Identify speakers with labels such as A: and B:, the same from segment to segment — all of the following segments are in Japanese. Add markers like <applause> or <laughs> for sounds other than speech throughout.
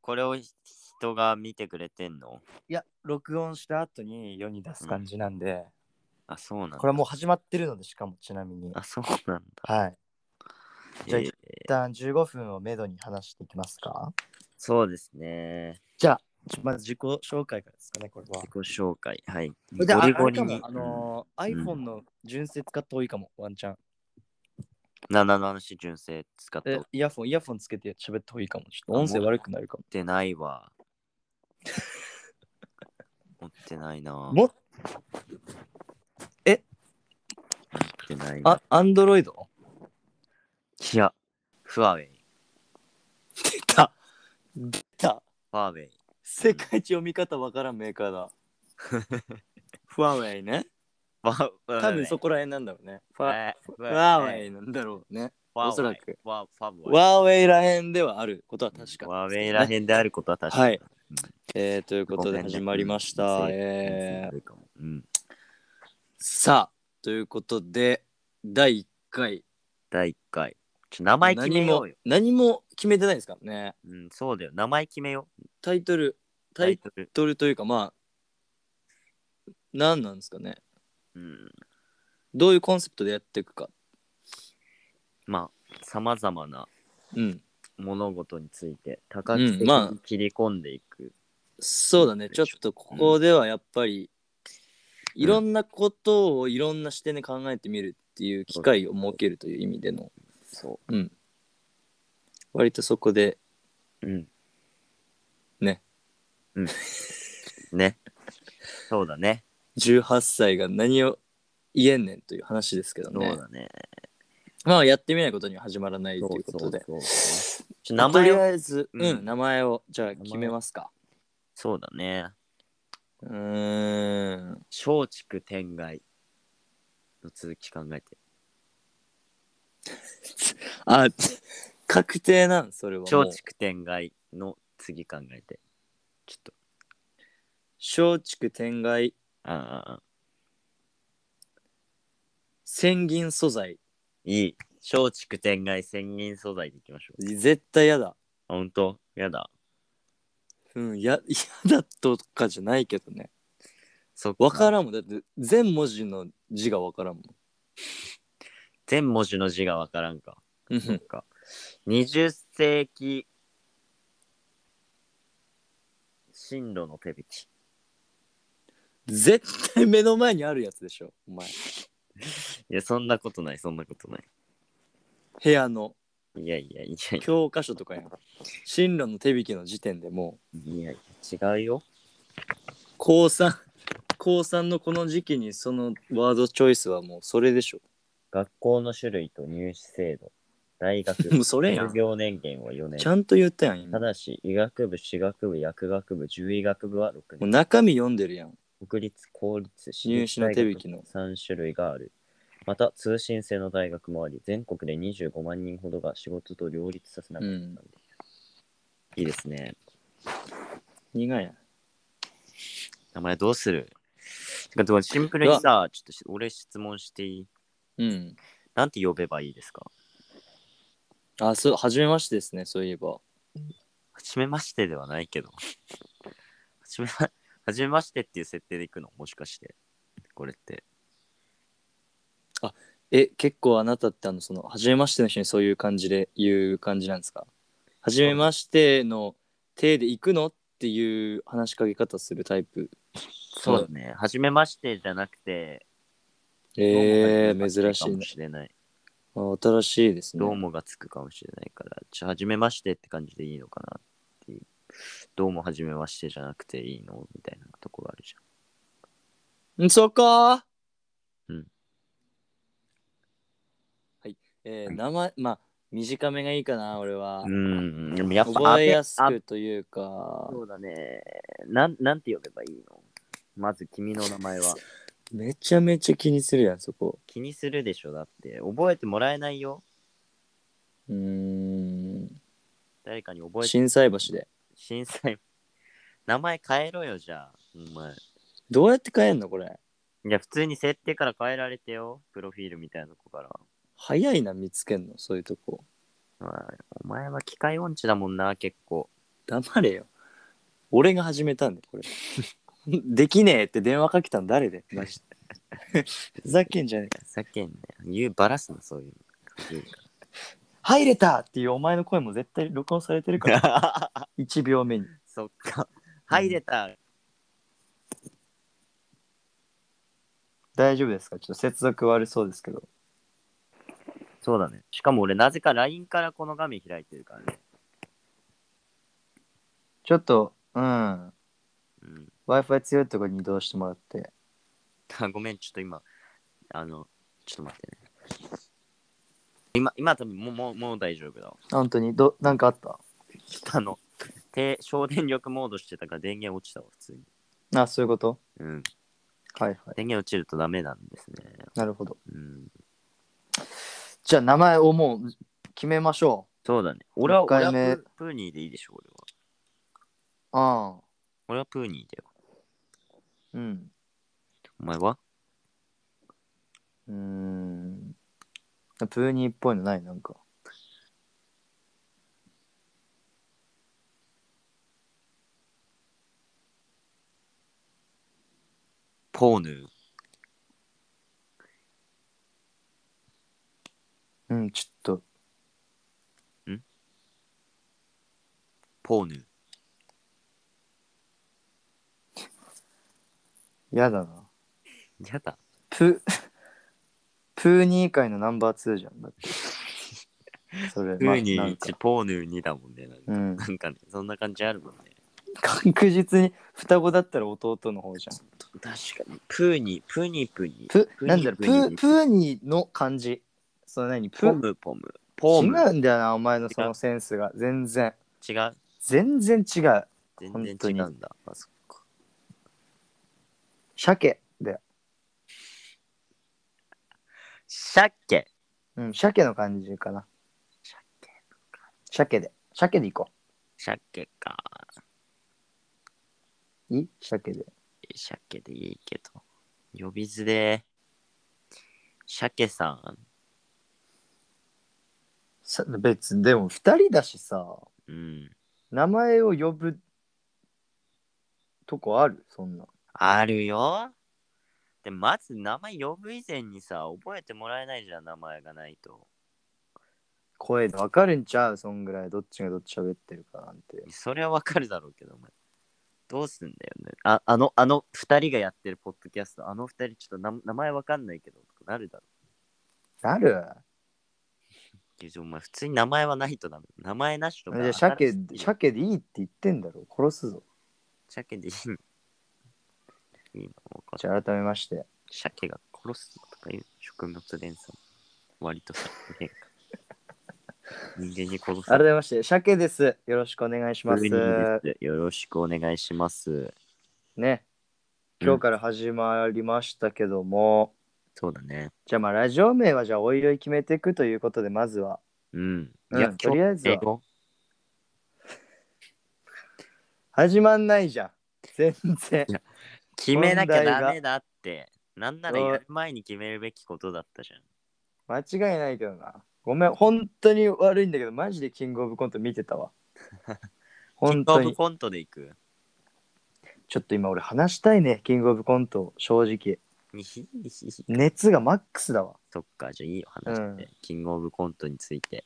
A: これをひ人が見てくれてんの
B: いや、録音した後に世に出す感じなんで、
A: あ、そうなんだ。
B: これはもう始まってるので、しかもちなみに。
A: あ、そうなんだ。
B: はい。じゃあ
A: えー
B: 一旦15分をめどに話していきますか。
A: そうですね。
B: じゃあ、ちょまず自己紹介からですかね、これは
A: 自己。紹介。はい。
B: であ
A: ゴリゴリ
B: あれ
A: に。
B: かもあのー
A: うん
B: iPhone の純正使った方がいいかも、ワンチャン。
A: なななのし純正使って
B: え、イヤフォン、イヤフォンつけて喋った方がいいかも。ちょっと音声悪くなるかも。
A: 持ってない
B: <laughs>
A: わ。持ってないな。持
B: も
A: ってないな。
B: あ、アンドロイド
A: いや、ファーウェイ。
B: 出た出た
A: ファーウェイ。
B: 世界一読み方わからんメーカーだ。ファーウェイね。
A: ファー
B: 多分そこら辺なんだろうね。フ
A: フ
B: ァ
A: ァーウ
B: ファーウェ
A: イ。
B: イなんだろうね。
A: ファーウェイ
B: おそらく。
A: ファーファーウェイ。
B: ワーウェイら辺ではあることは確か
A: ファーウェイらへんであることは確か
B: はい。えー、ということで始まりました。
A: ごめんね
B: えー、
A: うん。
B: さあ、ということで、第1回。
A: 第1回。ちょ名前決めようよ。
B: 何も何も決めてないですからね。
A: うん、そうだよ。名前決めよう。
B: タイトル、タ
A: タイ
B: イ
A: トル。
B: トルというか、まあ、何なんですかね。
A: うん。
B: どういうコンセプトでやっていくか。
A: まあ、さまざまな
B: うん。
A: 物事について、多角的
B: うんまあ
A: に切り込んでいく。
B: そうだね。ちょっとここではやっぱり、
A: ん
B: いろんなことをいろんな視点で考えてみるっていう機会を設けるという意味での、
A: そ
B: 割とそこで
A: う。うん。
B: ね。 <laughs>
A: うん。ね。そうだね。
B: 18歳が何を言えんねんという話ですけど
A: そう
B: ね。
A: だね。
B: まあやってみないことには始まらないということで。
A: そうそうそうちょ名前
B: とり
A: を
B: あえず、
A: う
B: うんん、名前をじゃあ決めますか。
A: そうだね。
B: うーん。
A: 松竹天外の続き考えて。
B: あ、確定なん、それはもう。
A: 松竹天外の次考えて。ちょっと。
B: 松竹天外、
A: ああああ、
B: 千銀素材。
A: いい。松竹天外千銀素材でいきましょう。
B: 絶対やだ。
A: あ、ほんとやだ。
B: うん、や、 <laughs> やだとかじゃないけどね。
A: そっ
B: わ
A: か。
B: からんもん。だって、全文字の字がわからんもん。
A: 全文字の字がわからんか。
B: うん <laughs>
A: 20世紀進路の手引き。
B: 絶対目の前にあるやつでしょ、お前。
A: いや、そんなことない、そんなことない。
B: 部屋の。
A: いやいやいやい
B: <laughs> 教科書とかやん進路の手引きの時点でも
A: や、いやいや違うよ。
B: う高3高3のこの時期にそのワードチョイスはもうそれでしょ
A: 学校の種類と入試制度、大
B: <laughs>
A: 学、
B: もうそれやん
A: 卒業年限は4年
B: ち。ゃんと言ったやん
A: た
B: 今も
A: だし、医学部、私学部、薬学部、獣医学部は6
B: う
A: 年。
B: 中身読んでるやん
A: 国立、公立、私
B: 入試の手引きの
A: 3種類がある。また、通信制の大学もあり、全国で25万人ほどが仕事と両立させなが
B: う
A: ら、
B: ん
A: いいですね。
B: 苦いやん
A: 名前どうするてかでもシンプルにさ、ちょっとし俺質問していい
B: うん
A: なんて呼べばいいですか
B: あそう初めましてですねそういえば
A: はじめましてではないけど。 <laughs> はじめまはじめましてっていう設定でいくのもしかして。これって。
B: え結構あなたってあのその初めましての人にそういう感じで言う感じなんですか初めましての手で行くのっていう話しかけ方するタイプ
A: そうだね。はじめましてじゃなくて、
B: え
A: どうもが
B: ー、
A: つく
B: 珍し
A: か
B: い
A: も
B: ね
A: しれない。
B: あ新しいですね
A: どうもがつくかもしれないから、ちょ、はじめましてって感じでいいのかなっていう。どうもはじめましてじゃなくていいのみたいなところあるじ
B: んそこ
A: うん。
B: はい。えー
A: はい
B: 名前、まあ、短めがいいかな、俺は
A: ゃん。。うん。でもやっぱ、
B: 覚えやす
A: あ
B: くというか、
A: そうだね。なん、なんて呼べばいいのまず君の名前は。
B: めちゃめちゃ気にするやん、そこ。
A: 気にするでしょだって。覚えてもらえないよ。
B: うーん。
A: 誰かに覚えて。
B: 心斎橋で。
A: 震災。 <laughs> 名前変えろよ、じゃあ。お前。い
B: どうやって帰んの、これ。
A: や、普通に設定から変えられてよ。プロフィールみたいなとこから。
B: 早いな、見つけんの、そういうとこ。
A: はいお前は機械音痴だもんな、結構。
B: 黙れよ。俺が始めたんで、これ。 <laughs> できねえって電話かけたの誰でマジで <laughs> ふざけんじゃねえ。
A: ふざけんね。言う、ばらすな、そういうの。
B: 入れたっていうお前の声も絶対録音されてる <laughs> から。1秒目に。
A: そっか。入れた。
B: 大丈夫ですかちょっと接続悪そうですけど。
A: そうだね。しかも俺、なぜか LINE からこの画面開いてるからね。
B: ちょっと、うん。
A: うん。
B: Wi-Fi 強いところに移動してもらって。
A: あごめん、ちょっと今、あの、ちょっと待ってね。今、今多分もう、もう、もう大丈夫だわ。
B: 本当に、ど、なんかあった
A: あの、低省電力モードしてたから電源落ちたわ、普通に。
B: あ、そういうこと
A: うん。
B: はいはい。
A: 電源落ちるとダメなんですね。
B: なるほど。
A: うん。
B: じゃあ名前をもう決めましょ
A: そうだね。俺は、
B: 一回
A: 俺はプ
B: 目
A: ープーニーでいいでしょ、俺は。
B: う。ああ。
A: 俺はプーニーだよ。
B: うん。
A: お前は
B: うーん。プーニーっぽいのないなんか。
A: ポーヌー。
B: うん、ちょっ
A: ポーヌー。
B: と、やだな。
A: やだ。
B: プ、 <laughs> プーニー界のナンバー2じゃん。だって。それ、
A: プーニ
B: な
A: ー
B: んか
A: 1、ポーヌー2だもんね。なんか
B: うん。
A: なんかね、そんな感じあるもんね。
B: 確実に双子だったら弟の方じゃん。
A: 確かに。プーニー、プーニープーニー。
B: プ
A: プーニー
B: なんだろうプ
A: プーニ
B: ー
A: ー
B: プーニーの漢字その何プ
A: ポ
B: ー
A: ムポム。ポ
B: 違
A: ム。違う
B: うんだよなお前のそ
A: 違う
B: のセンスが全然全然違う
A: 全然違うんだ。あ、そっか。
B: 鮭だよ
A: 鮭。
B: うん鮭の漢字かな
A: 鮭
B: 鮭で鮭でいこ
A: 鮭か。
B: ういい鮭で
A: 鮭でいいけど。呼び捨で。鮭さん。
B: さ別にでも2人だしさ
A: うん。
B: 名前を呼ぶとこあるそんな
A: あるよ。で、まず名前呼ぶ以前にさ、覚えてもらえないじゃん、名前がないと。
B: 声で分かるんちゃうそんぐらいどっちがどっち喋ってるかなんて
A: それはわかるだろうけど、お前。どうすんだよね。あ、あの、あの二人がやってるポッドキャスト、あの二人ちょっと名名前わかんないけど、とかなるだろ
B: なる
A: う。いやお前、普通に名前はないとダメ。名前なしとか。
B: じゃあ鮭で
A: 鮭
B: 鮭でいいって言ってんだろ殺すぞ
A: 鮭でいい。いいのわか
B: じ
A: る。
B: ゃあ改めまして
A: 鮭が殺すのとかいう食物連鎖。割とさ、 <laughs> 変化。人間に殺す。
B: 改めまして鮭ですよろしくお願いしま
A: ブルー
B: す
A: ニーですよろしくお願いします。
B: ね今日から始まりましたけども、
A: そうだね。
B: じゃあまあラジオ名はじゃあおいおい決めていくということでまずは
A: うん。
B: うんとりあえずは
A: 英語
B: 始まんないじゃん全然
A: 決めなきゃ
B: 問題が
A: ダメだって。なんならやる前に決めるべきことだったじゃん。
B: 間違いないけどなごめん本当に悪いんだけどマジでキングオブコント見てたわ
A: キン
B: 本
A: グオ
B: 当
A: ブ
B: に
A: コントでいく。
B: ちょっと今俺話したいねキングオブコント正直
A: にひにひひ
B: 熱がマックスだわ
A: そっか、じゃあいいよ、話して、
B: う
A: キングオブコントについて。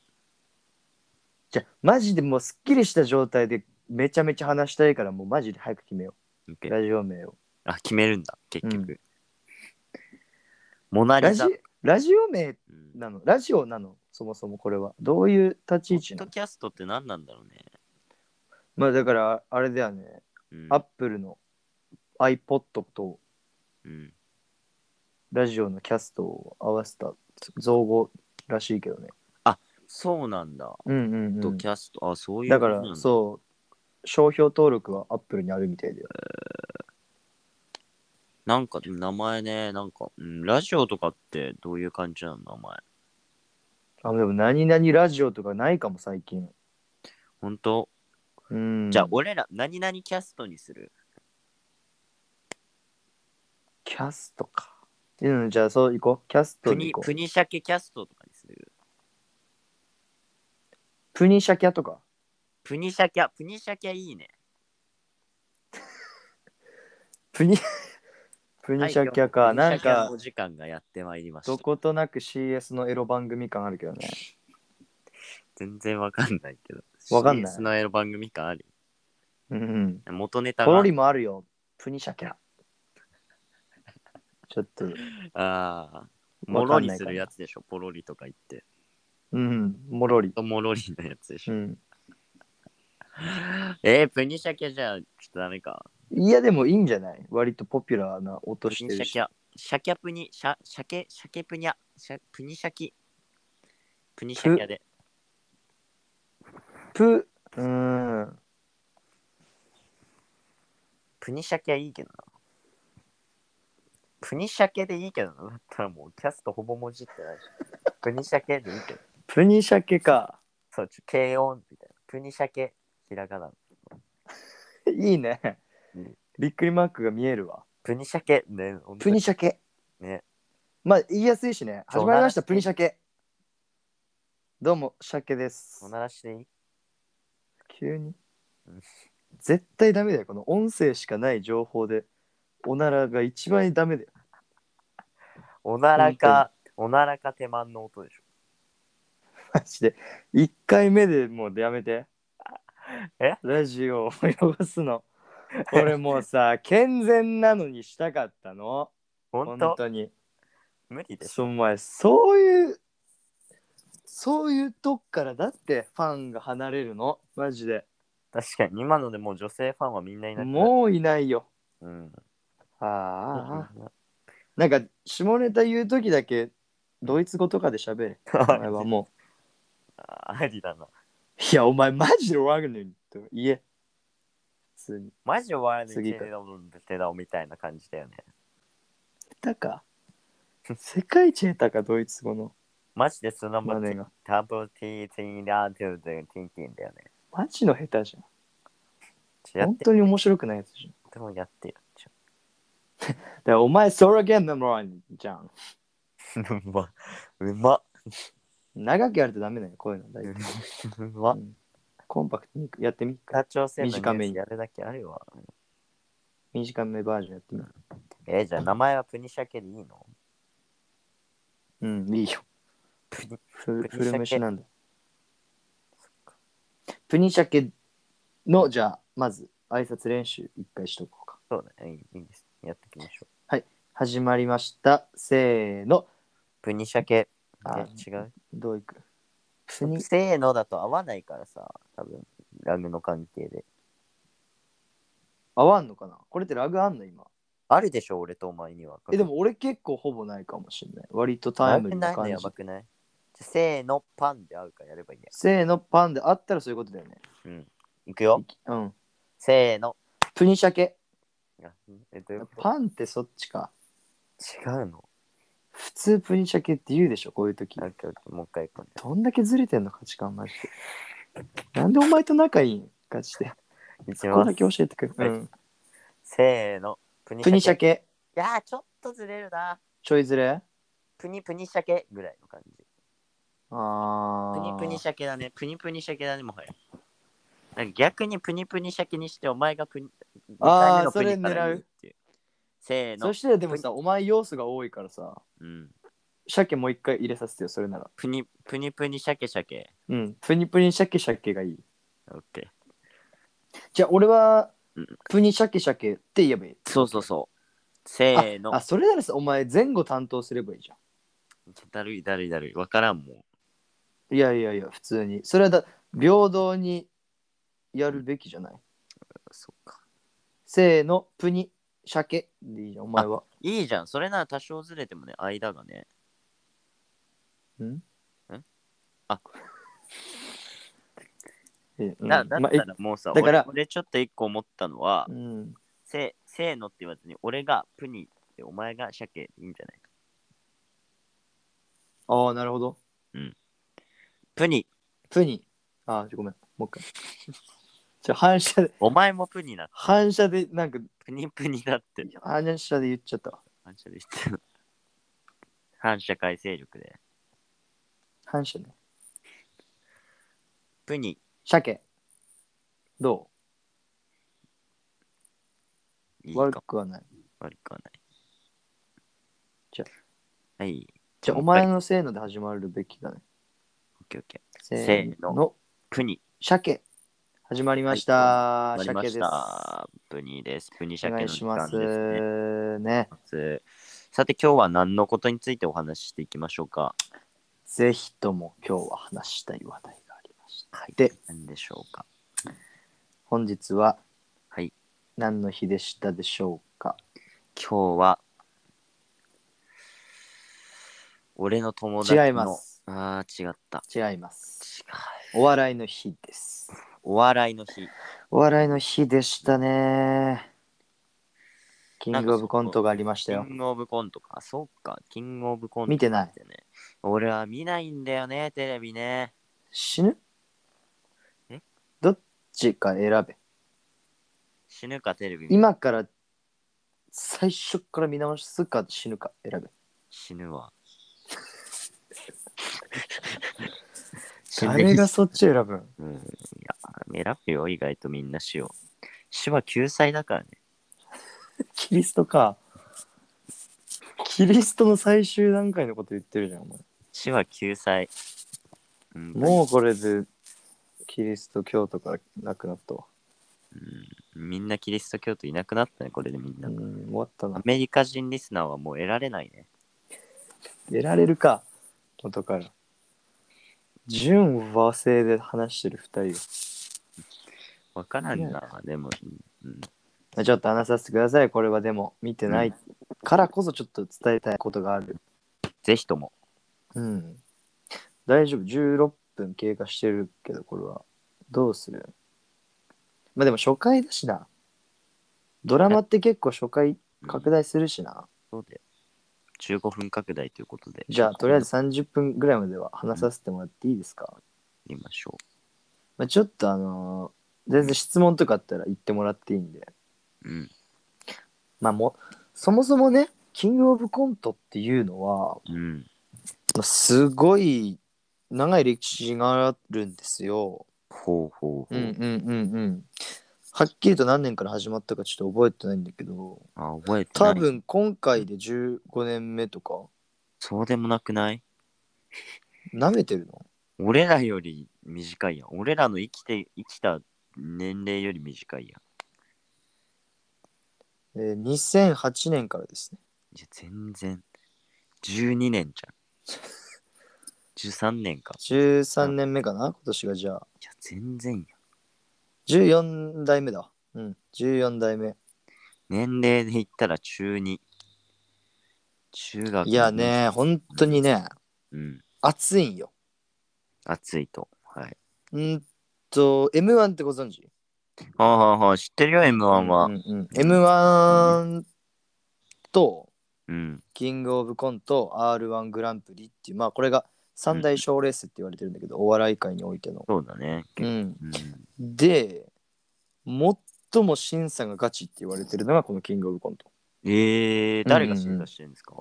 B: じゃあマジでもうすっきりした状態でめちゃめちゃ話したいからもうマジで早く決めよ
A: OK
B: うラジオ名を
A: あ、決めるんだ、結局。
B: う
A: モナ
B: ラ
A: リ
B: ジ
A: ザ。
B: ラジオ名
A: うん
B: なのラジオなのそもそもこれはどういう立ち
A: ポ
B: 位置
A: ッ
B: な
A: ド
B: の
A: キャストって何なんだろうね。
B: まあだからあれだよね
A: うん
B: アップルの iPod と
A: うん
B: ラジオのキャストを合わせた造語らしいけどね
A: そうなんだ。
B: うんうん、
A: ポッ
B: う
A: ド
B: ん、
A: キャスト、あ、そういう
B: だ
A: こ
B: か
A: となん
B: らそう商標登録はアップルにあるみたいだよ
A: なんか、でも名前ね、なんか、うん、ラジオとかってどういう感じなの、名前。
B: あでも何々ラジオとかないかも最近
A: ほんと
B: うん
A: じゃあ、俺ら、何々キャストにする。
B: キャストかうんじゃあそう行こうキャストに
A: 国、
B: 行こう
A: 国鮭キャストとかにする。
B: プニシャキャとか
A: プニシャキャ、プニシャキャいいね。
B: プニ、 <laughs> プニシャキャか。
A: はい今日
B: なん
A: プニシャキャ
B: か
A: のお、時間がやってまいりまし
B: ど
A: た。
B: ことなく CS のエロ番組感あるけど
A: <laughs>
B: ね。
A: 全然わかんないけど。
B: わかんない
A: CS のエロ番組感ある。
B: うんうん。
A: 元ネタ
B: ポ
A: が
B: ロ。リもあるよ。プニシャ
A: <laughs>
B: キャ。ちょっと、
A: ああ。も
B: わ
A: ろ
B: かん
A: り
B: ない
A: す
B: かな
A: るやつでしょ。ポロリとか言って。
B: うん、もろり。
A: もろりのやつでし
B: う
A: ょ。
B: ん。
A: えー、プニシャキャじゃちょっとダメか。
B: いや、でもいいんじゃない割とポピュラーな音
A: プ
B: して
A: ニシ
B: る
A: ャキ
B: し。
A: ャ。シャキャプニ、シャ、シャケ、シャケプニャ、シャプニシャキ。プニシャキャで。
B: プ、うーん。
A: プニシャケはいいけどな。プニシャケでいいけどな。だったらもうキャストほぼ文字ってないし。プニシャケでいいけど。
B: プニシャケか。 <laughs>
A: そう、ちょ軽音みたいな。プニシャケ、ひらがな。
B: いいね
A: うん。
B: びっくりマークが見えるわ。
A: プニシャケ、ね、
B: プニシャケ。
A: ャね。
B: まあ、言いやすいしね。
A: そう
B: 始まりました、
A: ならし
B: プニシャケ。どうも、シャケです
A: お。ならしていい
B: 急に
A: うん
B: 絶対ダメだよこの音声しかない情報でおならが一番ダメだよ <laughs>
A: おならか、おならか手満の音でしょ。
B: マジで1回目でもうやめて
A: え
B: ラジオを汚すの俺もうさ健全なのにしたかったの
A: ほ
B: 本
A: んと
B: 当に
A: 無理でしょ。
B: そお前そういうそういうとこからだってファンが離れるのマジで
A: 確かに、今のでもう女性ファンはみんないなくなる。
B: もういないよ
A: うん。
B: あ
A: あ
B: あああ
A: <laughs>
B: なんか下ネタ言う時だけドイツ語とかで喋れお前はもう
A: あ、ありだな。
B: いや、お前マジでワグネルと言え。普通に。
A: マジでワイルド
B: 次
A: に
B: か
A: テレだみたいな感じだよね。
B: た
A: <laughs>
B: か。世界一下手か、ドイツ語の
A: マジでその
B: マ
A: まま
B: ネが。
A: タブティーティーラーティーティーティーだよね。
B: マジの下手じ
A: ち
B: ゃん。
A: ょやっ
B: 本
A: て
B: 当に面白くないやつじゃん。
A: でもやってよ。ち
B: だからお前、ソロゲームもらんじゃん。
A: ょうまうま
B: 長くやるとダメだよ、こういうの。大体
A: うま
B: うんコンパクトにやってみっか。
A: 北朝鮮の
B: 短め
A: ニ
B: に
A: ュースやるだけあるわ。
B: 短めバージョンやってみる。
A: えー、じゃあ名前はプニシャケでいいの
B: うん、いいよ。
A: プニ
B: ふ
A: プニシャケ
B: 古飯なんだ。プニシャケの、じゃあ、まず挨拶練習一回しとこうか。
A: そうだね。いいです。やっていきましょう。
B: 始まりました。せーの。
A: プニシャケ。
B: あ
A: あ、違う。
B: どういくプニ
A: せーのだと合わないからさ、多分ラグの関係で。
B: 合わんのかなこれってラグあんの今
A: あるでしょ、俺とお前には。
B: えでも俺結構ほぼないかもしれない割とタ
A: タ
B: イ
A: イ
B: ム
A: ム
B: リー
A: な
B: ない
A: の
B: 感じ
A: やばくないじゃせーの、パンで合うかやればいいや。
B: せーのパンであったらそういうことだよね
A: うん。いくよ。
B: うん
A: せーの。
B: プニシャケ
A: あえどういうこと
B: パンってそっちか
A: 違うの
B: 普通プニシャケって言うでしょこういう時
A: オッケーオッケーもう一回行こうね
B: どんだけずれてんの価値観マジでなんでお前と仲いいんガチで
A: いき
B: そこ
A: ま
B: だ
A: す
B: け。教えてくれ、
A: はい
B: うん
A: せーの。プニ
B: プニシャ
A: ケ。
B: ケ
A: いやー、ちょっとずれるな。
B: ちょいずれ
A: プニプニシャケぐらいの感じ。
B: あ
A: プニ
B: ー
A: プニシャケだね。プニプニシャケだね、もはや。なんか逆にプニプニシャケにして、お前がプニ。
B: あー
A: 二回目のプニから
B: それ狙う
A: 言っていせーの
B: そ。してでもさお前要素が多いからさ
A: うん。
B: 鮭もう一回入れさせてよそれなら
A: プニプニプニシャケシャケ。
B: うんプニプニシャケシャケがいい
A: オッケ
B: じゃあ俺は
A: うん
B: プニシャケシャケって言えばいい。
A: ー。そうそうそう。せーの
B: あ、。それならさ、お前前後担当すればいいじゃ
A: だるいだるいだるい。わからんもん。
B: ん。いやいやいや、普通に。それはだ平等にやるべきじゃない。
A: そっか。
B: せーの、プニシャケでいいじゃん、お前は。
A: いいじゃん。それなら多少ずれてもね、間がね。
B: ん
A: あ
B: えうん
A: だだ
B: ま
A: っ
B: あえ
A: たらもうさ、
B: だから
A: 俺俺ちょっと一個思ったのは、
B: うん、
A: せせーのって言わずに、俺がプニってお前が鮭でいいんじゃない
B: ああ、なるほど。
A: プニ、
B: プニ。あー、ごめん、もう <laughs> 一回。じゃ反射で、
A: お前もプニな。
B: 反射で、なんか、
A: プニプニだって。
B: 反射で言っちゃったわ。
A: 反射で言ってる反社会勢力で。
B: 反射ね。
A: プニ、
B: シャケ。ど
A: いいうかも
B: 悪くはない。
A: 悪くはない。
B: じゃ
A: あ。はい。
B: じゃあ、お前のせーので始まるべきだね。
A: オッケーオッケー。
B: せ
A: ーの。国。
B: 鮭。始まりまし
A: は
B: た。
A: い終わ
B: 鮭です。
A: りまし
B: お願
A: た。プニーです。プニシャケの
B: い
A: 時
B: しま
A: 間
B: す
A: です
B: ね。
A: ね。さて今日は何のことについてお話ししていきましょうか。
B: ぜひとも今日は話したい話題がありました。
A: はい
B: で、
A: 何でしょうか。
B: 本日は
A: はい。
B: 何の日でしたでしょうか
A: 今日は、俺の友達の。
B: 違いま。す。
A: ああ、違った。
B: 違います。
A: 違う。
B: お笑いの日です。
A: お笑いの日。
B: お笑いの日でしたね。キングオブコントがありました
A: キ
B: よ。
A: ングオブコントか。そうか。キングオブコント。
B: 見てない。
A: ね。俺は見ないんだよね、テレビね。
B: 死ぬ
A: え
B: どっちか選べ。
A: 死ぬかテレビ見
B: 今から最初から見直すか死ぬか選べ。
A: 死ぬわ。
B: <laughs> 誰がそっち選ぶん
A: うん、いや、選ぶよ、意外とみんな死を。死は救済だからね。
B: キリストか。キリストの最終段階のこと言ってるじゃん、お前。
A: 死は救済。うん、
B: もうこれでキリスト教徒からなくなったわ。
A: うん、みんなキリスト教徒いなくなったね、これでみん
B: う
A: な。
B: ん、終わった
A: ア
B: な。
A: メリカ人リスナーはもう得られないね。
B: 出られるか、元から。純和製で話してる二人を
A: わからんな、でも、うん。
B: あ。ちょっと話させてください。これはでも見てないからこそちょっと伝えたいことがある。
A: ぜひとも。
B: うん。大丈夫。16分経過してるけど、これは。どうするまあでも初回だしな。ドラマって結構初回拡
A: 大。
B: 大するしな。
A: そうだよ。15分拡大ということで。
B: じゃあ、とりあえず30分ぐらいまでは話させてもらっていいですか、
A: 言いましょ
B: まあ、ちょっとあのー全然質問とかあったら言ってもらっていいんで。
A: う。うん。
B: まあもう、そもそもね、キングオブコントっていうのは、
A: うん。
B: まあすごい長い歴史があるんですよ。
A: ほうほうほう。
B: うんうんうんうん。はっきりと何年から始まったかちょっと覚えてないんだけど、
A: あ、覚えてな
B: 多
A: い。
B: 分今回で15年目とか、
A: そうでもなくない
B: 舐めてるの
A: 俺らより短いやん。俺らの生きて、生きた年齢より短いやん。
B: えー、2008年からですね。
A: いや、全然。12年じゃん。13年か。
B: 13年目かな今年がじゃあ。
A: いや、全然やん。
B: 14代目だ。うん、14代目。
A: 年齢で言ったら中2。中学。
B: いや。ね、本当にね、
A: うん。
B: 熱いんよ。
A: 暑いと。はい。
B: んーと、M1 ってご存知
A: はあ、はあはあ、知ってるよ、M1 は。
B: うんうん、M1 と、
A: うん。
B: キングオブコント、R1 グランプリっていう、まあこれが三大賞レースって言われてるんだけど、お笑い界においての。
A: そうだね。
B: うん、
A: うん。
B: で、最も審査がガチって言われてるのがこのキングオブコント。
A: えー、誰が審査してるんですか、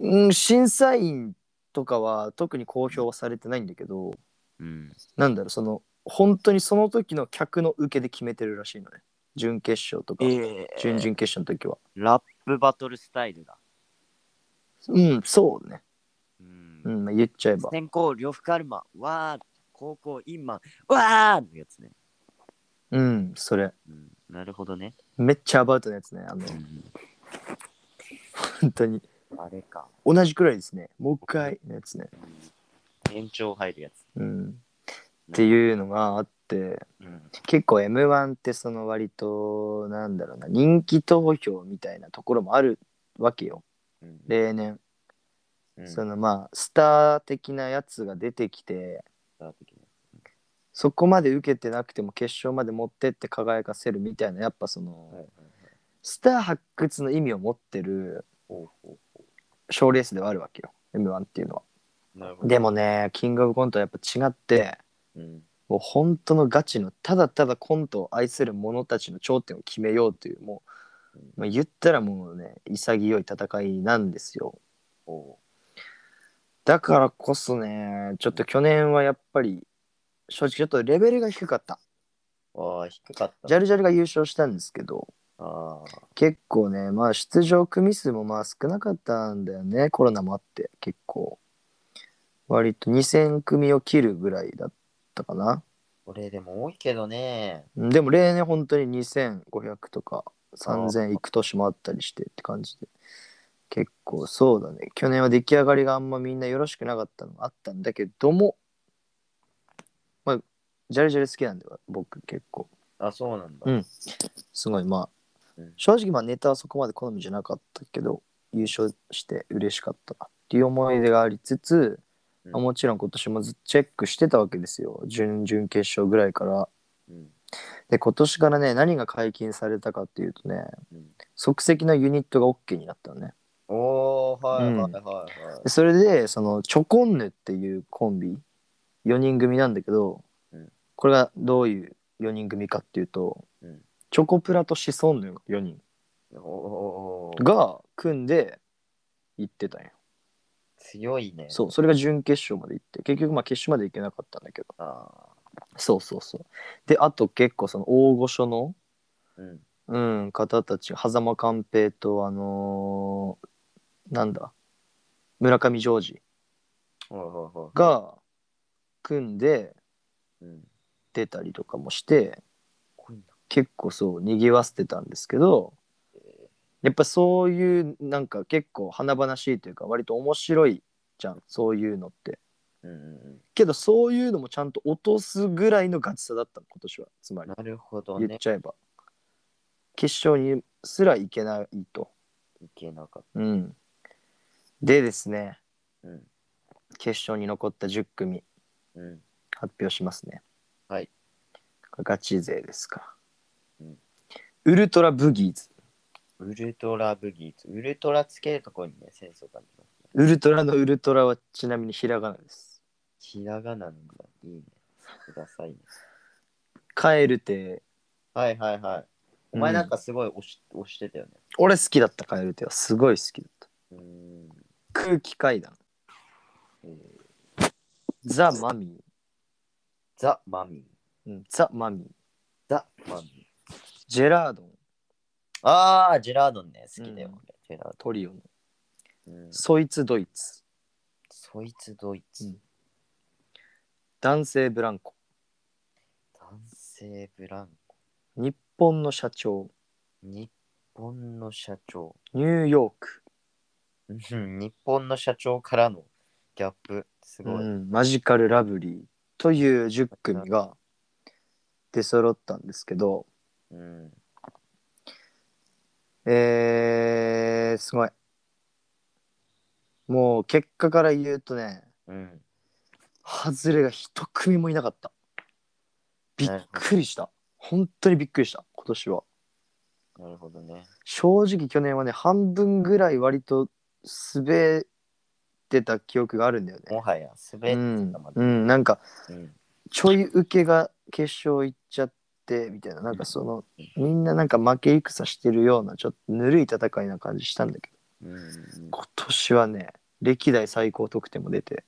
B: うん、審査員とかは特に公表はされてないんだけど、
A: うん。
B: なんだろうその本当にその時の客の受けで決めてるらしいのね準決勝とか、
A: え
B: 準
A: ー、
B: 々決勝の時は
A: ラップバトルスタイルだ。
B: うんそうね、
A: うん
B: うんまあ、言っちゃえば
A: 先行、呂布カルマ、わー、高校、インマン、わーのやつね、
B: うんそれ
A: うん。なるほどね。
B: めっちゃアバウトなやつねあ
A: <laughs>
B: の本当に
A: あれか。
B: 同じくらいですねもう一回のやつね
A: 延長入るやつ。
B: うんっていうのがあって
A: うん。
B: 結構 m 1ってその割となんだろうな人気投票みたいなところもあるわけよ
A: うん
B: 例年、
A: うん
B: そのまあスター的なやつが出てきてそこまで受けてなくても決勝まで持ってって輝かせるみたいなやっぱその、
A: はいはいはい
B: スター発掘の意味を持ってる
A: ほうほ
B: 賞レースではあるわけよ m 1っていうのは。
A: うなるほど
B: でもねキングオブコントはやっぱ違って
A: うん
B: もう本当のガチのただただコントを愛する者たちの頂点を決めようというもう、まあ、言ったらもうね潔い戦いなんですよ。
A: ほ
B: だからこそねちょっと去年はやっぱり正直ちょっとレベルが低かった。
A: ああ、低かった。
B: ジャルジャルが優勝したんですけど、
A: あ
B: 結構ね、まあ出場組数もまあ少なかったんだよね、コロナもあって、結構。割と2000組を切るぐらいだったかな。
A: 俺でも多いけどね。
B: うんでも例年本当に2500とか3000いく年もあったりしてって感じで。結構そうだね。去年は出来上がりがあんまみんなよろしくなかったのもあったんだけども、まあ、ジャルジャル好きなんだよ、僕結構。
A: あ、そうなんだ。
B: うんすごいまあ
A: うん
B: 正直まあネタはそこまで好みじゃなかったけど優勝して嬉しかったなっていう思い出がありつつ、
A: うん
B: まあもちろん今年もずっとチェックしてたわけですよ準々決勝ぐらいから
A: うん。
B: で今年からね何が解禁されたかっていうとね
A: うん
B: 即席のユニットが OK になったのね
A: おー、はいはいはいは
B: でそれでそのチョコンヌっていうコンビ4人組なんだけど、
A: うん
B: これがどういう4人組かっていうと、
A: うん
B: チョコプラとシソンヌが4人
A: い。おー、
B: が組んで行ってたんよ
A: 強いね。
B: そうそれが準決勝まで行って結局まあ決勝まで行けなかったんだけど
A: あ
B: そうそうそうであと結構その大御所の、
A: ーうん。
B: うん、方たち狭間寛平とあのーなんだ村上ジョージ
A: おーおーおー
B: が組んで
A: うん。
B: 出たりとかもして
A: 濃いな
B: 結構そうにぎわせてたんですけどやっぱそういうなんか結構華々しいというか割と面白いじゃんそういうのって。
A: うんうん
B: けどそういうのもちゃんと落とすぐらいのガチさだったの今年はつま
A: うん。
B: り
A: なるほど
B: 言っ
A: ね。
B: ちゃえば、決勝にすらいけないと、
A: いけなかっ
B: うん、でですね
A: た。うん。
B: 決勝に残った10組
A: うん。
B: 発表しますね
A: はい
B: ガチ勢ですから、
A: うん
B: ウルトラブギーズ
A: ウルトラブギーズ。ウルトラつけるとこにね、センスを感じますね。
B: ウルトラのウルトラはちなみにひらがなです
A: ひらがななんだ。いいね。くださいね。
B: カエルテ
A: はいはいはい。お前なんかすごい押し,、押してたよね。
B: 俺好きだったカエルテはすごい好きだった
A: うーん。
B: 空気階段
A: えー
B: ザ・マミ
A: ザ・マミー。
B: ー、うん、ザ・マミー
A: ザ・マミー。
B: ジェラードン
A: ああ、ジェラードンね。好きだよ、
B: うん
A: 俺ジェラー
B: トリオの
A: ドン、うん。
B: そいつドイツ
A: そいつドイツ。
B: うん男性ブランコ
A: 男性ブランコ。
B: 日本の社長
A: 日本の社長。
B: ニューヨーク、
A: うん日本の社長からのギャップ。すごい。
B: うんマジカルラブリーという10組が出揃ったんですけど
A: うん。
B: えー、すごいもう結果から言うとね
A: うん。
B: 外れが一組もいなかったびっくりした本当にびっくりした今年は
A: なるほどね。
B: 正直去年はね半分ぐらい割と滑ってた記憶があるんだよね
A: もはや、
B: う
A: 滑って
B: ん
A: たま、で。
B: うん、なんか
A: うん。
B: ちょい受けが決勝行っちゃってみたいななんかそのみんななんか負け戦してるようなちょっとぬるい戦いな感じしたんだけど
A: うん。
B: 今年はね歴代最高得点も出て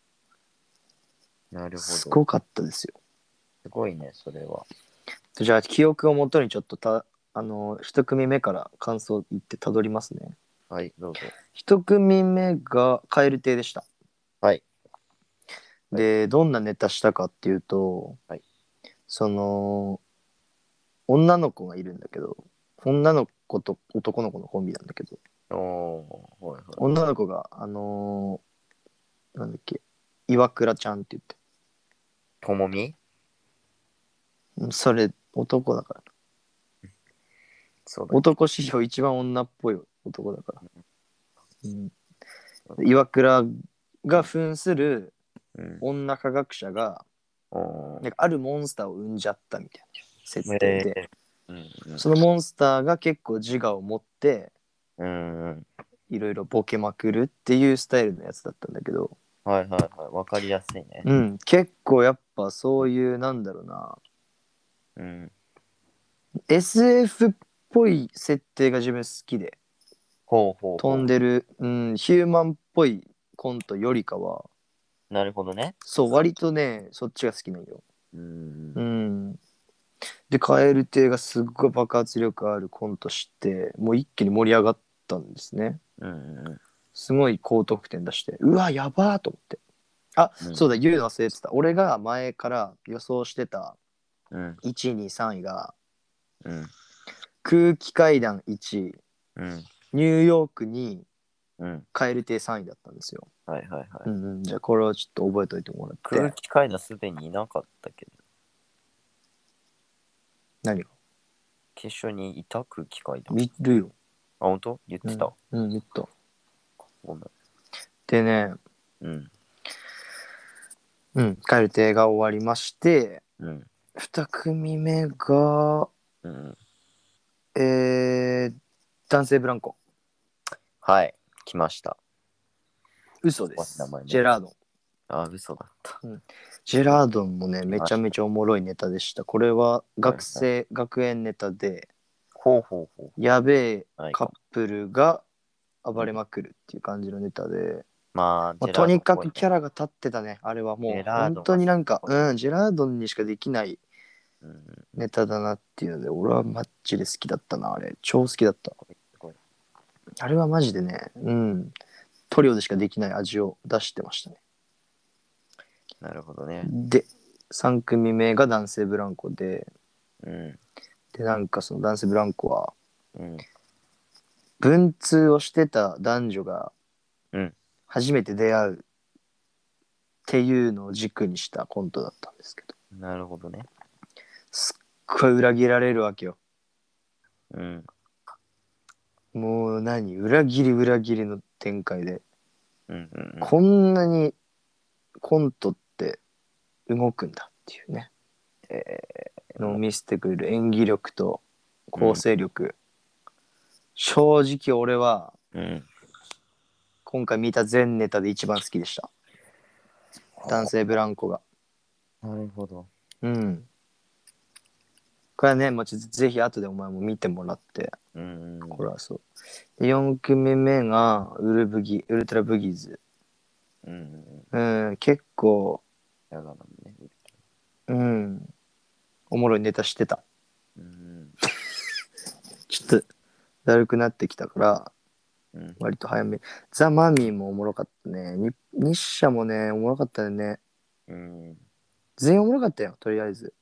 A: なるほど。
B: す
A: す
B: ごかったですよ
A: ごいね、それは。
B: じゃあ記憶をもとにちょっとたあの一組目から感想言ってたどりますね
A: はい、ど
B: <laughs>
A: うぞ。
B: 一組目が蛙亭でした
A: はい
B: でどんなネタしたかっていうと、
A: はい
B: その女の子がいるんだけど女の子と男の子のコンビなんだけど
A: おー、はいはい。
B: 女の子があのーなんだっけ岩倉ちゃんって言って
A: ともみ
B: うんそれ男だから
A: そうだね。
B: 男史上一番女っぽい男だから、うん、岩倉が扮する
A: うん。
B: 女科学者が
A: おー
B: なんかあるモンスターを産んじゃったみたいな設定で、
A: えーうんうん
B: そのモンスターが結構自我を持って
A: うんうん。
B: いろいろボケまくるっていうスタイルのやつだったんだけど、
A: はいはいはい。わかりやすいね。
B: うん、結構やっぱそういうなんだろうな
A: うん。
B: SF っぽい設定が自分好きで
A: ほうほうほう。
B: 飛んでる、うん、ヒューマンっぽいコントよりかは
A: なるほどね。
B: そう割とねそっちが好きなんよ。
A: うん
B: う。ん、で蛙亭がすっごい爆発力あるコントしてもう一気に盛り上がったんですね
A: うんうん。
B: すごい高得点出してうわやばーと思ってあ、
A: うん
B: そうだ言うの忘れてた俺が前から予想してた
A: うん
B: 123位が
A: うん
B: 空気階段1位
A: うん
B: ニューヨーク2位
A: うん。
B: 蛙亭3位だったんですよ、
A: はいはいはい。
B: うんうん、じゃあこれはちょっと覚えておいてもらって
A: 空気階段すでにいなかったけど、
B: 何が
A: 決勝にいた空気階段。
B: 見るよ、
A: あ、本当言ってた、
B: うん、見た
A: ごめん。
B: でね
A: うん。
B: うん蛙亭が終わりまして
A: うん。
B: 2組目が
A: うん。
B: えー、男性ブランコ
A: はい。来ました。
B: 嘘です
A: 名前ね
B: ジェラードン
A: あ、嘘だった。
B: ジェラードンもねめちゃめちゃおもろいネタでしたこれは学生、学園ネタで
A: ほうほうほ
B: やべ
A: う。は
B: え
A: い。
B: カップルが暴れまくるっていう感じのネタで、
A: まあ、
B: まあ、とにかくキャ
A: ラ。
B: ラが立ってたねあれはもう
A: ジェラードン
B: 本当になんかうんジェラードンにしかできない
A: うん。す
B: ネタだなっていうので俺はマッチで好きだったなあれ超好きだった
A: ごい。
B: あれはマジでねうんトリオでしかできない味を出してましたね
A: なるほどね。
B: で3組目が男性ブランコで
A: うん。
B: でなんかその男性ブランコは
A: うん。
B: 文通をしてた男女が
A: うん
B: 初めて出会うっていうのを軸にしたコントだったんですけど
A: なるほどね。
B: すっごい裏切られるわけよ
A: うん。
B: もう何裏切り裏切りの展開で
A: うんうん
B: こんなにコントって動くんだっていうね、えのを見せてくれる演技力と構成力、正直俺は
A: うん。うん。
B: 今回見た全ネタで一番好きでした男性ブランコが
A: なるほど。
B: うんこれはねもうちょっとぜひ後でお前も見てもらって
A: うんうん。
B: これはそうで4組目がウルブギウルトラブギーズ
A: うんうん。
B: うん結構
A: やだもんね。
B: うんおもろいネタしてた
A: うん。
B: ちょっとだるくなってきたから、
A: うん。
B: 割と早め。ザ・マミーもおもろかったね。に日社もね、おもろかったよね。
A: うん。
B: 全員おもろかったよ、とりあえず。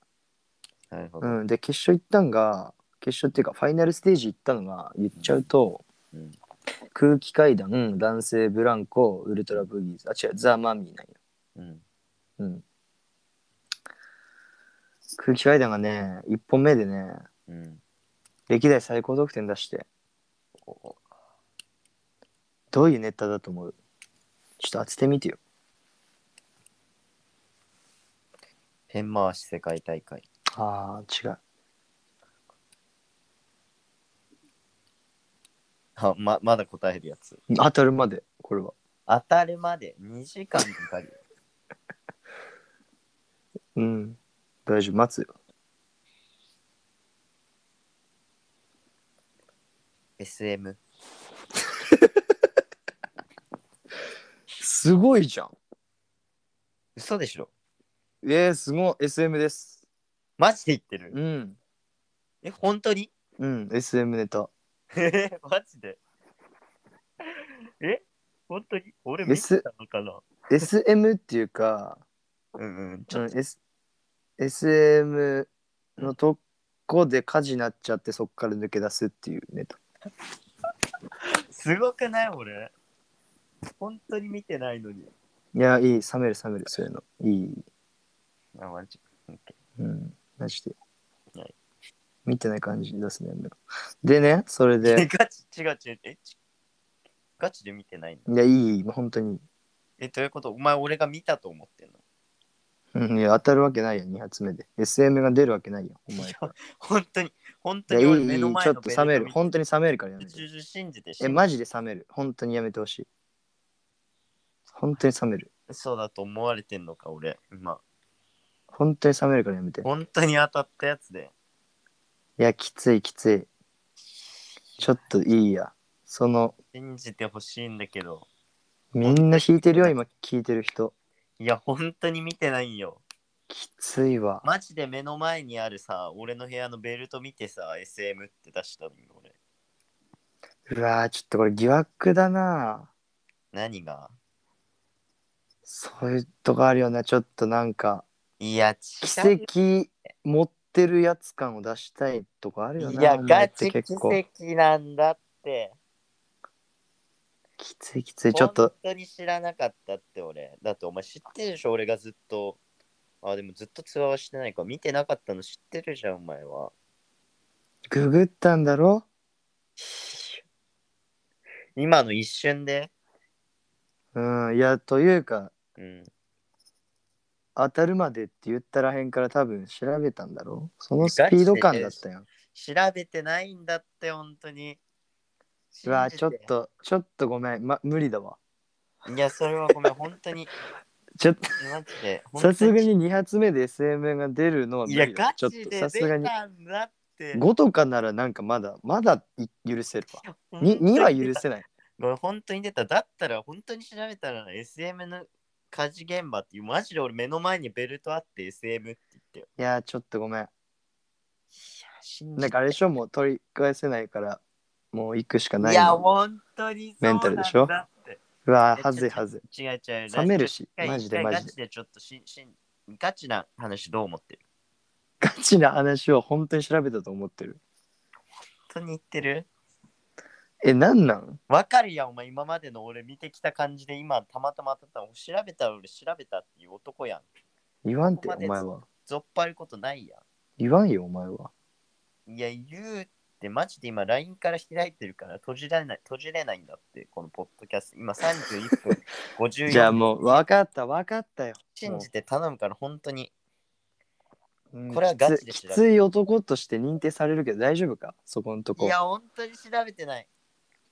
A: なるほ
B: う
A: ど。
B: ん。で、決勝行ったんが、決勝っていうか、ファイナルステージ行ったのが、言っちゃうと、
A: うん。
B: 空気階段、男性ブランコ、ウルトラブギーズ。あ、違う、ザ・マミーなんよ。
A: うん。
B: うん。空気階段がね、1本目でね、
A: うん。
B: 歴代最高得点出して、
A: お
B: どういうネタだと思うちょっと当ててみてよ。
A: ペン回し世界大会。
B: ああ、違う。
A: あ、ま、まだ答えるやつ。
B: 当たるまでこれは
A: 当たるまで2時間かかる。
B: うん大丈夫待つよ
A: SM。
B: すごいじゃん
A: 嘘でしょ
B: えー、すごい SM です
A: マジで言ってる
B: うん
A: え、本当に
B: うん SM ネタ
A: え、マジでえ、本当に俺
B: S-
A: 見てたのかな
B: SM っていうか、
A: うんうん。ち
B: う
A: ょっ
B: ん S、SM のとこで火事になっちゃってそっから抜け出すっていうネタ
A: とすごくない俺。本当に見てないのに。
B: いやいい冷める冷めるそういうのいい
A: あ、マジ。オッケ
B: うんマジで、
A: はい
B: 見てない感じ出すねやめろでねそれ
A: ー <laughs>
B: で
A: ガチ、違う違う。え、ちガチで見てないの
B: いやいいもう本当に
A: え、ということお前俺が見たと思ってんの
B: うんいや当たるわけないよ2発目で SM が出るわけないよお前から
A: 本当に、本
B: い
A: 当
B: やい
A: に
B: い
A: 俺
B: い
A: 目
B: い
A: の前
B: ちょ
A: の
B: っと冷める本当
A: に。
B: に冷めるからやめて
A: 重々信じて
B: えマジで冷める本当にやめてほしい本当に冷める
A: そうだと思われてんのか俺。今。
B: 本当に冷めるからやめてい
A: 本当に当たったやつで。
B: やきついきついちょっといいやその
A: 信じてほしいんだけど。
B: みんな弾いてるよ今聞いてる人
A: いや、本当に見てないよ。
B: きついわ。
A: マジで目の前にあるさ、俺の部屋のベルト見てさ、SM って出したのよ、俺。
B: うわーちょっとこれ疑惑だな
A: 何が
B: そういうとこあるよね。ちょっとなんか、
A: いや、違う
B: 奇跡持ってるやつ感を出したいとこあるよね。
A: いや、
B: お前
A: ガ
B: って
A: チ奇
B: 結構
A: 跡なんだって。
B: きついきつい。ちょっと、
A: 本当に知らなかったって俺。だってお前知ってるでしょ俺がずっと。あ、でもずっと通話はしてないか。見てなかったの知ってるじゃん、お前は。
B: ググったんだろ
A: 今の一瞬で。
B: うん。いや、というか、
A: うん。
B: 当たるまでって言ったらへんから多分調べたんだろうそのスピード感だったよ。
A: 調べてないんだって、本当に。
B: うわちょっ
A: 信じて。
B: とちょっとごめん、ま、無理だわ
A: いや、それはごめん、本当に。
B: ちょっと
A: マジで。
B: さすが
A: 本
B: に2発目で SM が出るのは
A: 当に。
B: 無
A: い
B: 理だ
A: や、ガ
B: ちょ
A: チ
B: っと
A: で
B: さ
A: 出
B: すがに
A: たんだって。
B: 5とかならなんかまだまだい許せるわ 2, 2は許せない
A: これ本当に出た。だったら本当に調べたら SM の家事現場っていう、マジで俺目の前にベルトあって SM って言ってよ。
B: いやちょっとごめん
A: いや、信
B: なん
A: じ
B: かあれでしょもう取り返せないからもう行くしかない
A: いや、
B: の
A: 本当にそ
B: メ
A: う
B: ンタルでしょ
A: なんだって
B: うわはずいはずい
A: 違う違う。
B: 冷めるし
A: 一回
B: マジで
A: 一回
B: マジ
A: ガ
B: で
A: チでちょっとしんしんガチな話どう思ってる
B: ガチな話を本当に調べたと思ってる
A: 本当に言ってる
B: えなんなん
A: わかるやん、お前今までの俺見てきた感じで今たまたま当たったの調べたら俺調べたっていう男やん。
B: 言わんて
A: こ
B: お
A: こまで
B: 前は
A: ぞっぱることないやん。
B: 言わんよお前はい
A: や、言うって、マジで今、LINE から開いてるから、閉じられない、閉じれないんだって、このポッドキャスト。今、31分
B: <laughs>
A: 54
B: じゃあもう分かった分かったよ
A: 信じて頼むから、本当に。
B: うん
A: これはガチで
B: きつ
A: 調べ
B: き
A: る
B: つい男として認定されるけど大丈夫かそこのと
A: い
B: こ
A: や、本当に調べてない。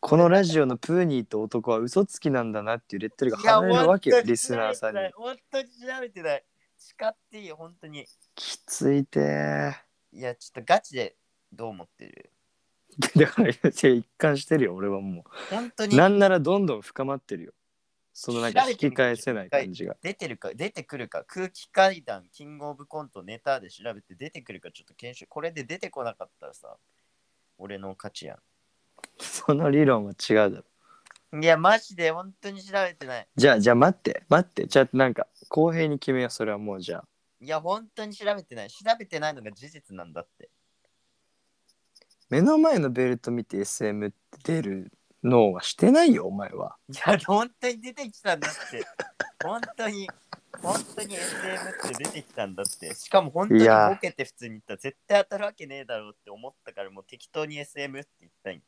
B: このラジオのプーニーと男は嘘つきなんだなっていうレッテルが
A: いや、
B: 貼られるわけよ
A: 本当に
B: リスナーさんに
A: 本当に調べてない。誓っていいよ、本当に。
B: きついてー
A: いや、ちょっとガチでどう思ってる
B: だからいや一貫してるよ俺はも
A: 本当
B: う
A: に
B: なんならどんどん深まってるよそのなんか
A: 調べ
B: 引
A: てみ
B: き
A: て
B: 返せない感じが
A: 出てるか、出てくるか、空気階段、キングオブコント、ネタで調べて出てくるか、ちょっと検証。これで出てこなかったらさ、俺の勝ちやん。
B: その理論は違うだろ
A: いや、マジで本当に調べてない。
B: じゃあじゃあ待って待ってじゃあなんか公平に決めようそれはもうじゃあ
A: いや、本当に調べてない。調べてないのが事実なんだって。
B: 目の前のベルト見て SM って出るのはしてないよお前はい
A: や、本当に出てきたんだ
B: <laughs>
A: って。本当に、本当に SM って出てきたんだって。しかも本当に
B: いや
A: ボケて普通に言ったら絶対当たるわけねえだろうって思ったから、もう適当に SM って言ったんよ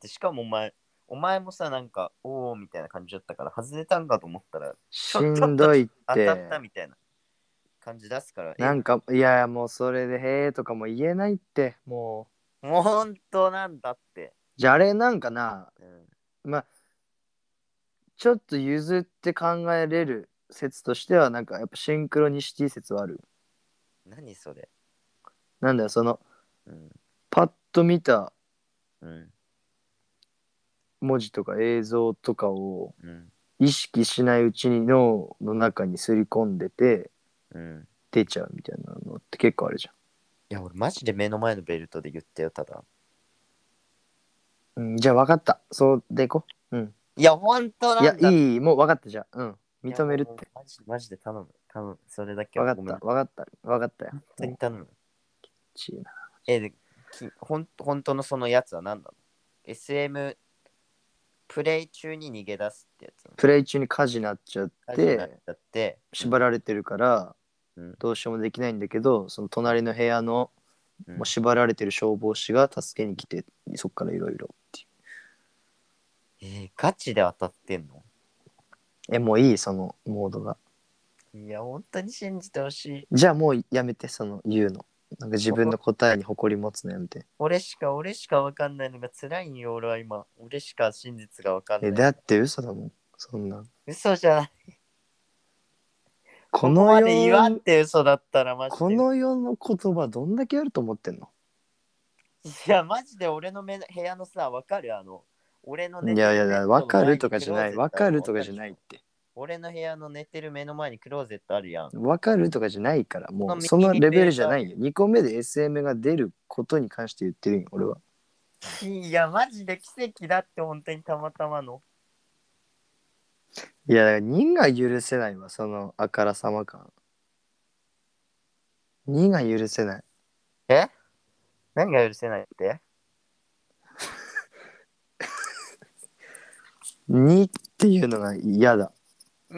A: でしかもお前、お前もさ、なんか、おーみたいな感じだったから、外れたんかと思ったら、
B: しんどいって
A: 当たったみたいな感じ出すから、え
B: なんかいやいやもうそれで「へえ」とかも言えないっても
A: もう本当なんだって。
B: うじゃああれなんかな
A: うん
B: ちょっと譲って考えれる説としてはなんかやっぱシンクロニシティ説はある
A: 何それ
B: なんだよその
A: うん。
B: パッと見た
A: うん。
B: 文字とか映像とかを
A: うん。
B: 意識しないうちに脳の中にすり込んでて
A: うん。
B: 出ちゃうみたいなのって結構あるじ
A: いや、俺マジで目の前のベルトで言ったよ、ただ。
B: ゃん、うん、じゃあ分かったそうでいこ
A: いや、本当
B: う
A: ないん
B: や
A: だい
B: いいもう分かったじゃあうん認めるっ
A: やも
B: て
A: うマジで、マジで頼む。頼む。それだけ
B: 分か
A: は
B: っ
A: ご
B: た
A: めん
B: 分かった分かったよ
A: 本当に頼む。
B: ちーな
A: え、で、きほん本当のそのやつは何なの ?SM、プレイ中に逃げ出すってやつなの。
B: プレイ中に火事になっちゃっ
A: 火事になってちゃって、
B: 縛られてるから
A: うん
B: どうしようもできないんだけどその隣の部屋の
A: うん
B: もう縛られてる消防士が助けに来てそっからいろいろってい
A: えーガチで当たってんの
B: うえもういいそのモードが
A: いや、本当に信じてほしい。
B: じゃあもうやめてその言うのなんか自分の答えに誇り持つのやめて
A: 俺しか、俺しかわかんないのが辛いんよ、俺は今。俺しか真実がわか
B: え
A: んない。
B: だって嘘だもんそんな
A: 嘘じゃない。
B: こ
A: ここ
B: の
A: ま
B: 世
A: で言わんって嘘だったらマジで。
B: この世の言葉どんだけあると思ってんの
A: いや、マジで俺の目の部屋のさ、わかるあの、俺の。
B: いやいやいや分かるとかじゃない分かるとかじゃないいって
A: 俺の部屋の寝てる目の前にクローゼットあるやん。
B: わかるとかじゃないから、も
A: まあ
B: うそのレベルじゃないよ。2個目で SM が出ることに関して言ってるんよ、俺は。
A: いや、マジで奇跡だって、本当にたまたまの。
B: いや、だから2が許せないわ、そのあからさま感。2が許せない。
A: え何が許せないって
B: 2っていうのが嫌だ。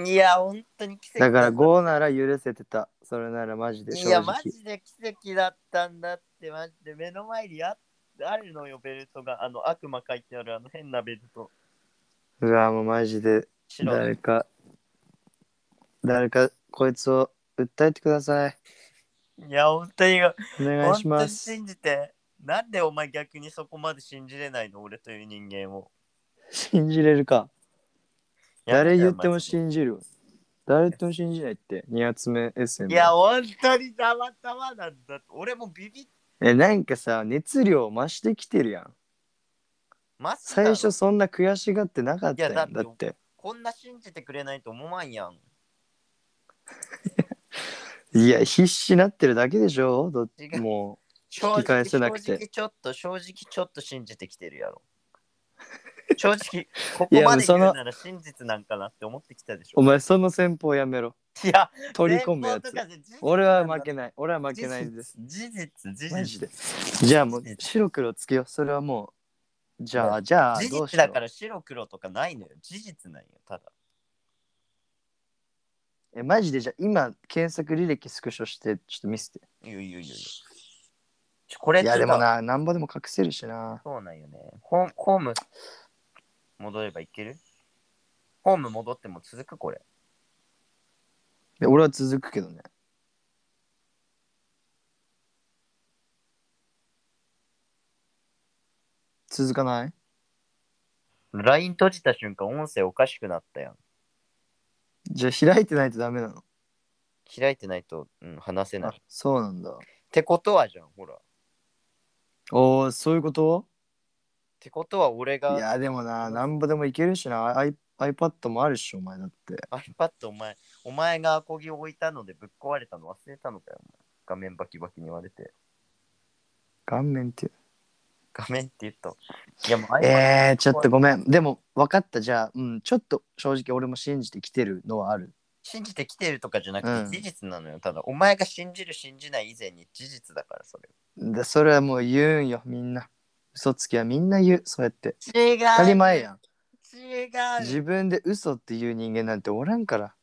A: いや、本当に奇跡
B: だから
A: ご
B: 5なら許せてた。それならマジで正
A: い
B: 直。
A: や、マジで奇跡だったんだって、マジで目の前にああるのよ、ベルトが。あの、悪魔書いてあるあの変なベルト。
B: うわ、もうマジで
A: 白い。
B: 誰か、誰かこいつを訴えてください。
A: いや、本当に、
B: お願い
A: 本
B: し
A: 当
B: ま
A: に
B: す。
A: 信じて。なんでお前逆にそこまで信じれないの俺という人間を。
B: 信じれるか。誰言っても
A: い
B: 信じるわ。誰言っても信じないって。2つ目 SM。
A: や、本当にたまたまなんだ。俺もビビっ
B: え、なんかさ、熱量増してきてるやん。
A: まさ
B: 最初そんな悔しがってなかったやん。
A: いや
B: だ
A: だって
B: って。
A: こんな信じてくれないと思わんやん。
B: いや、必死なってるだけでしょどっ
A: 違う
B: も
A: 正
B: 引き返せなくて
A: 正直ちょっと、正直ちょっと信じてきてるや
B: <laughs>
A: ろ。正直、こ
B: い
A: こ
B: や
A: まで言う
B: その
A: なら真実なんかなって思ってきたでし
B: う。お
A: ょ。
B: 前、その戦法やめろ。
A: いや、
B: 取り込むやつ
A: 先。方とかで事実
B: 俺は負けない。俺は負けないです。
A: 事実、事
B: マ
A: 実
B: ジ。で。じゃあもう
A: 事実
B: 白黒つけよう。それはもう。じゃあ、じゃあ
A: 事
B: どうし
A: 実
B: よ
A: だ
B: う
A: か。ら白黒とかないのよ。事実なんよ、ただ。
B: え、マジでじゃあ今検索履歴スクショしてちょっと見せて。
A: いやいやいやいや。ちょこれ
B: いやでも。な、なんぼでも隠せるしな。
A: そうなんよね。ホーホーム、戻ればいけるホーム戻っても続くこれ。
B: で俺は続くけどね。続かない
A: LINE 閉じた瞬間、音声おかしくなったやん。
B: じゃあ開いてないとダメなの
A: 開いてないと、うん、話せな
B: あ
A: い。っ
B: そうなんだ。
A: てことはじゃん、ほら。っ
B: おおそういうこと
A: てことは俺
B: い
A: が
B: やでもな、なんぼでもいけるしな。アイ iPad もあるっしょ、お前だって。
A: iPad お前、お前がアコギを置いたのでぶっ壊れたの忘れたのかよ。お前画面バキバキに割れて。
B: 顔面って。
A: 画面って言った。いやもう iPad、
B: えー、ちょっとごめん。でも分かった。じゃあ、うん、ちょっと正直俺も信じてきてるのはある。
A: 信じてきてるとかじゃな
B: う
A: く
B: ん
A: て事実なのよ。ただ、お前が信じる信じない以前に事実だから、それ。
B: でそれはもう言うんよ、みんな。嘘つきはみんな言う、そうやって。
A: 違う
B: 当たり前やん。
A: 違う
B: 自分で嘘っていう人間なんておらんから。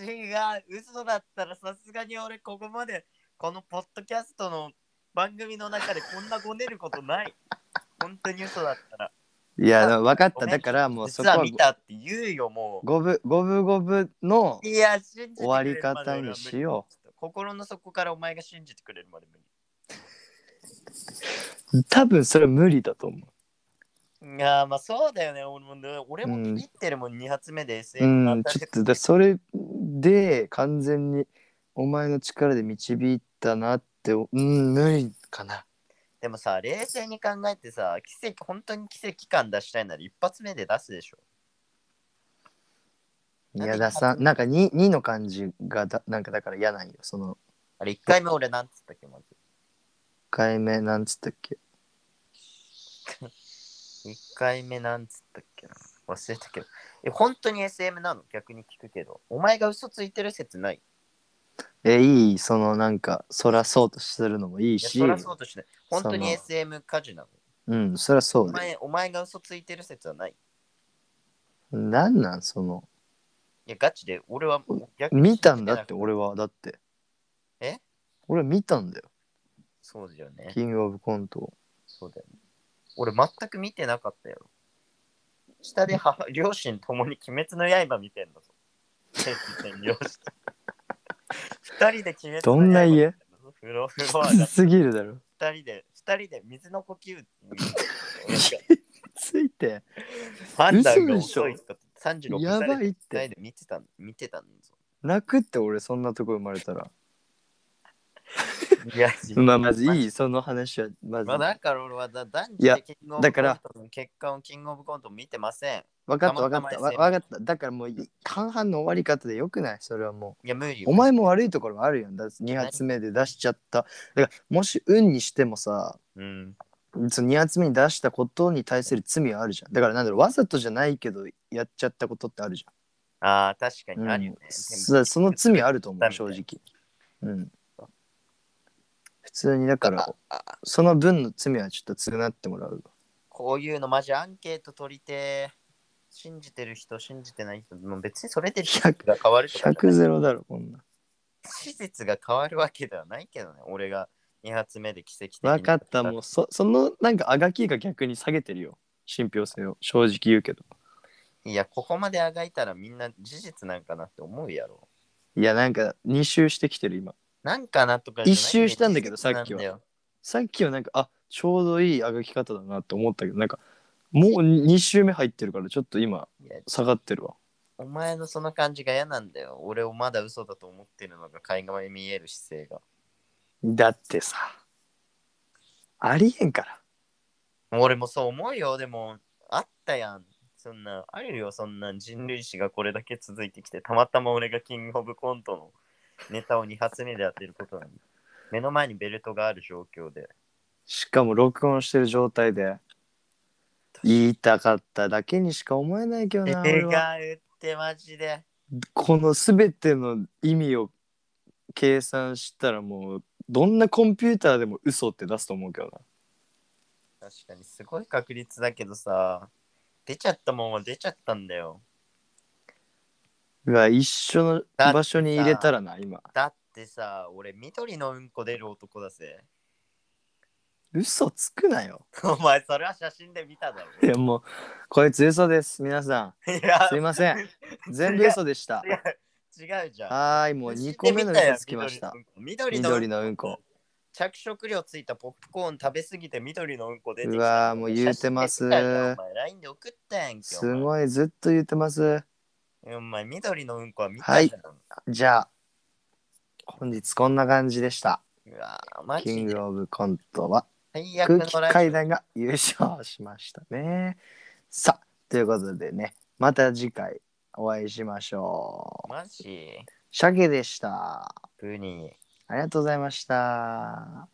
A: 違う嘘だったらさすがに俺ここまでこのポッドキャストの番組の中でこんなごねることない
B: <laughs>
A: 本当に嘘だったら
B: いや、でも分かっ
A: ご
B: た。
A: めん
B: だからもうそ
A: 実
B: こ
A: は
B: は
A: 見たって言うよも
B: 五分五分五分の
A: ういや信じてくれる
B: 終わり方にしよ
A: う心の底からお前が信じてくれるまで無
B: う。多分それは無理だと思
A: 理いやーまあそうだよね俺もね俺も
B: うん
A: ビビってるもん、二2発目で
B: う。う
A: SM
B: ん、ちょっとだそれで完全にお前の力で導いたなって、うん、無理かな。
A: でもさ冷静に考えてさ奇跡本当に奇跡感出したいなら一発目で出すでしょ
B: いやださん、なんか 2, 2の感じがだ、なんかだから嫌なんよ。その
A: あれ1回目俺なんつったっけまず
B: 1回目、なんつったっけ。
A: 1回目なんつったっけな忘れたけど。え、本当に SM なの逆に聞くけど。お前が嘘ついてる説ない。
B: え、いい、そのなんか、そらそうとするのもいい
A: いや、
B: し、
A: そらそうとしない。本当
B: そ
A: に
B: の
A: SM 家事なの。
B: うん、そらそ
A: お
B: うで。
A: 前お前が嘘ついてる説はない。
B: なんなん、その、
A: いや、ガチで、俺はもう逆に
B: 見たんだって、
A: 信じなく
B: 俺は、だって。
A: え
B: 俺見たんだよ、
A: そうだよね。
B: キングオブコントを。
A: そうだよね。俺全く見てなかったよ。下で母両親ともに鬼滅の刃見てんだぞ。天気天両親。二人で鬼滅の刃
B: どんな家
A: 風呂風呂上が
B: きつ
A: って
B: すぎるだろ。
A: 二人で、二人で水の呼吸って
B: ついて、
A: 判断
B: 嘘
A: が
B: でしょ
A: 遅いとか、36
B: やばいっ
A: 二人
B: て。
A: で見てた、見てたんです
B: 泣くって、俺、そんなとこ生まれたら。
A: よ。いや、
B: まあ、まずいい、その話は、まず。
A: まあ、だから俺はだ男
B: い
A: 女
B: や
A: でキングオブ
B: だ
A: コ
B: か
A: ン
B: ら
A: トの結果をキングオブコント見てません。
B: 分かった分か
A: た
B: っ
A: ま
B: た
A: た
B: わ
A: ま
B: 分かっただからもうい半々の終わり方でよくないそれはも
A: いや、無理
B: うお前も悪いところあるよだ2発目で出しちゃっただからもし運にしてもさ
A: うん。
B: その2発目に出したことに対する罪はあるじゃんだからなんだろうわざとじゃないけどやっちゃったことってあるじゃん
A: ああ、確かにあるよね
B: うん。そその罪あると思う正
A: みたい
B: 直うん普通にだからその分の罪はちょっと償ってもらう
A: こういうのマジアンケート取りてー、信じてる人、信じてない人、もう別にそれで事実が変わるとかじゃない
B: 100ゼロだろこんな
A: 事実が変わるわけではないけどね、俺が2発目で奇跡的に。
B: 分かったもうそそのなんかあがきが逆に下げてるよ信憑性を正直言うけど
A: いや、ここまであがいたらみんな事実なんかなって思うやろ。
B: いやなんか2周してきてる今
A: なんかなとかじゃない
B: 一周したんだけどさっきは
A: 事実なんだよ
B: さっきはなんかあちょうどいいあがき方だなって思ったけどなんかもう2周目入ってるからちょっと今
A: いや
B: 下がってるわ
A: お前のその感じが嫌なんだよ。俺をまだ嘘だと思ってるのが垣間見える姿勢が。
B: だってさありえんから
A: 俺もそう思うよ。でも、あったやん。そんな、あるよ。そんな人類史がこれだけ続いてきて、たまたま俺がキングオブコントのネタを2発目でやってることなんだ。目の前にベルトがある状況で。
B: しかも録音してる状態で言いたかっただけにしか思えないけどな俺
A: 映
B: は
A: 画売ってマジで。
B: この全ての意味を計算したらもうどんなコンピューターでも嘘って出すと思うけどな
A: 確かにすごい確率だけどさ、出ちゃったもんは出ちゃったんだよ。
B: うわ一緒の場所に入れたらな今
A: だってさ、俺緑のうんこ出る男だぜ。
B: 嘘つくなよ
A: お前それは写真で見ただろ。
B: <laughs> いやもうこいつ嘘です皆さ
A: いや
B: んすいません全部嘘でした
A: 違う違うじゃん。
B: はーいもう2個目の嘘つきました
A: 緑の
B: 緑のうんこ
A: 着色料ついたポップコーン食べ過ぎて緑のうんこ出てきた。
B: うわーもう言うてます
A: 写真で見たじゃんお前 LINE で送ったやんけ。
B: す
A: い。
B: ごいずっと言ってます
A: お前緑のうんこは見たじゃん。
B: じゃあ本日こんな感じでした
A: うわーマ
B: キン
A: ジで
B: グオブコントは
A: 最
B: 空
A: 悪の
B: 気
A: ライ
B: 階段が優勝しましたねさあということでねまた次回お会いしましょ
A: ブ。
B: う
A: マジ
B: 鮭でした
A: プニー。
B: ありがとうございました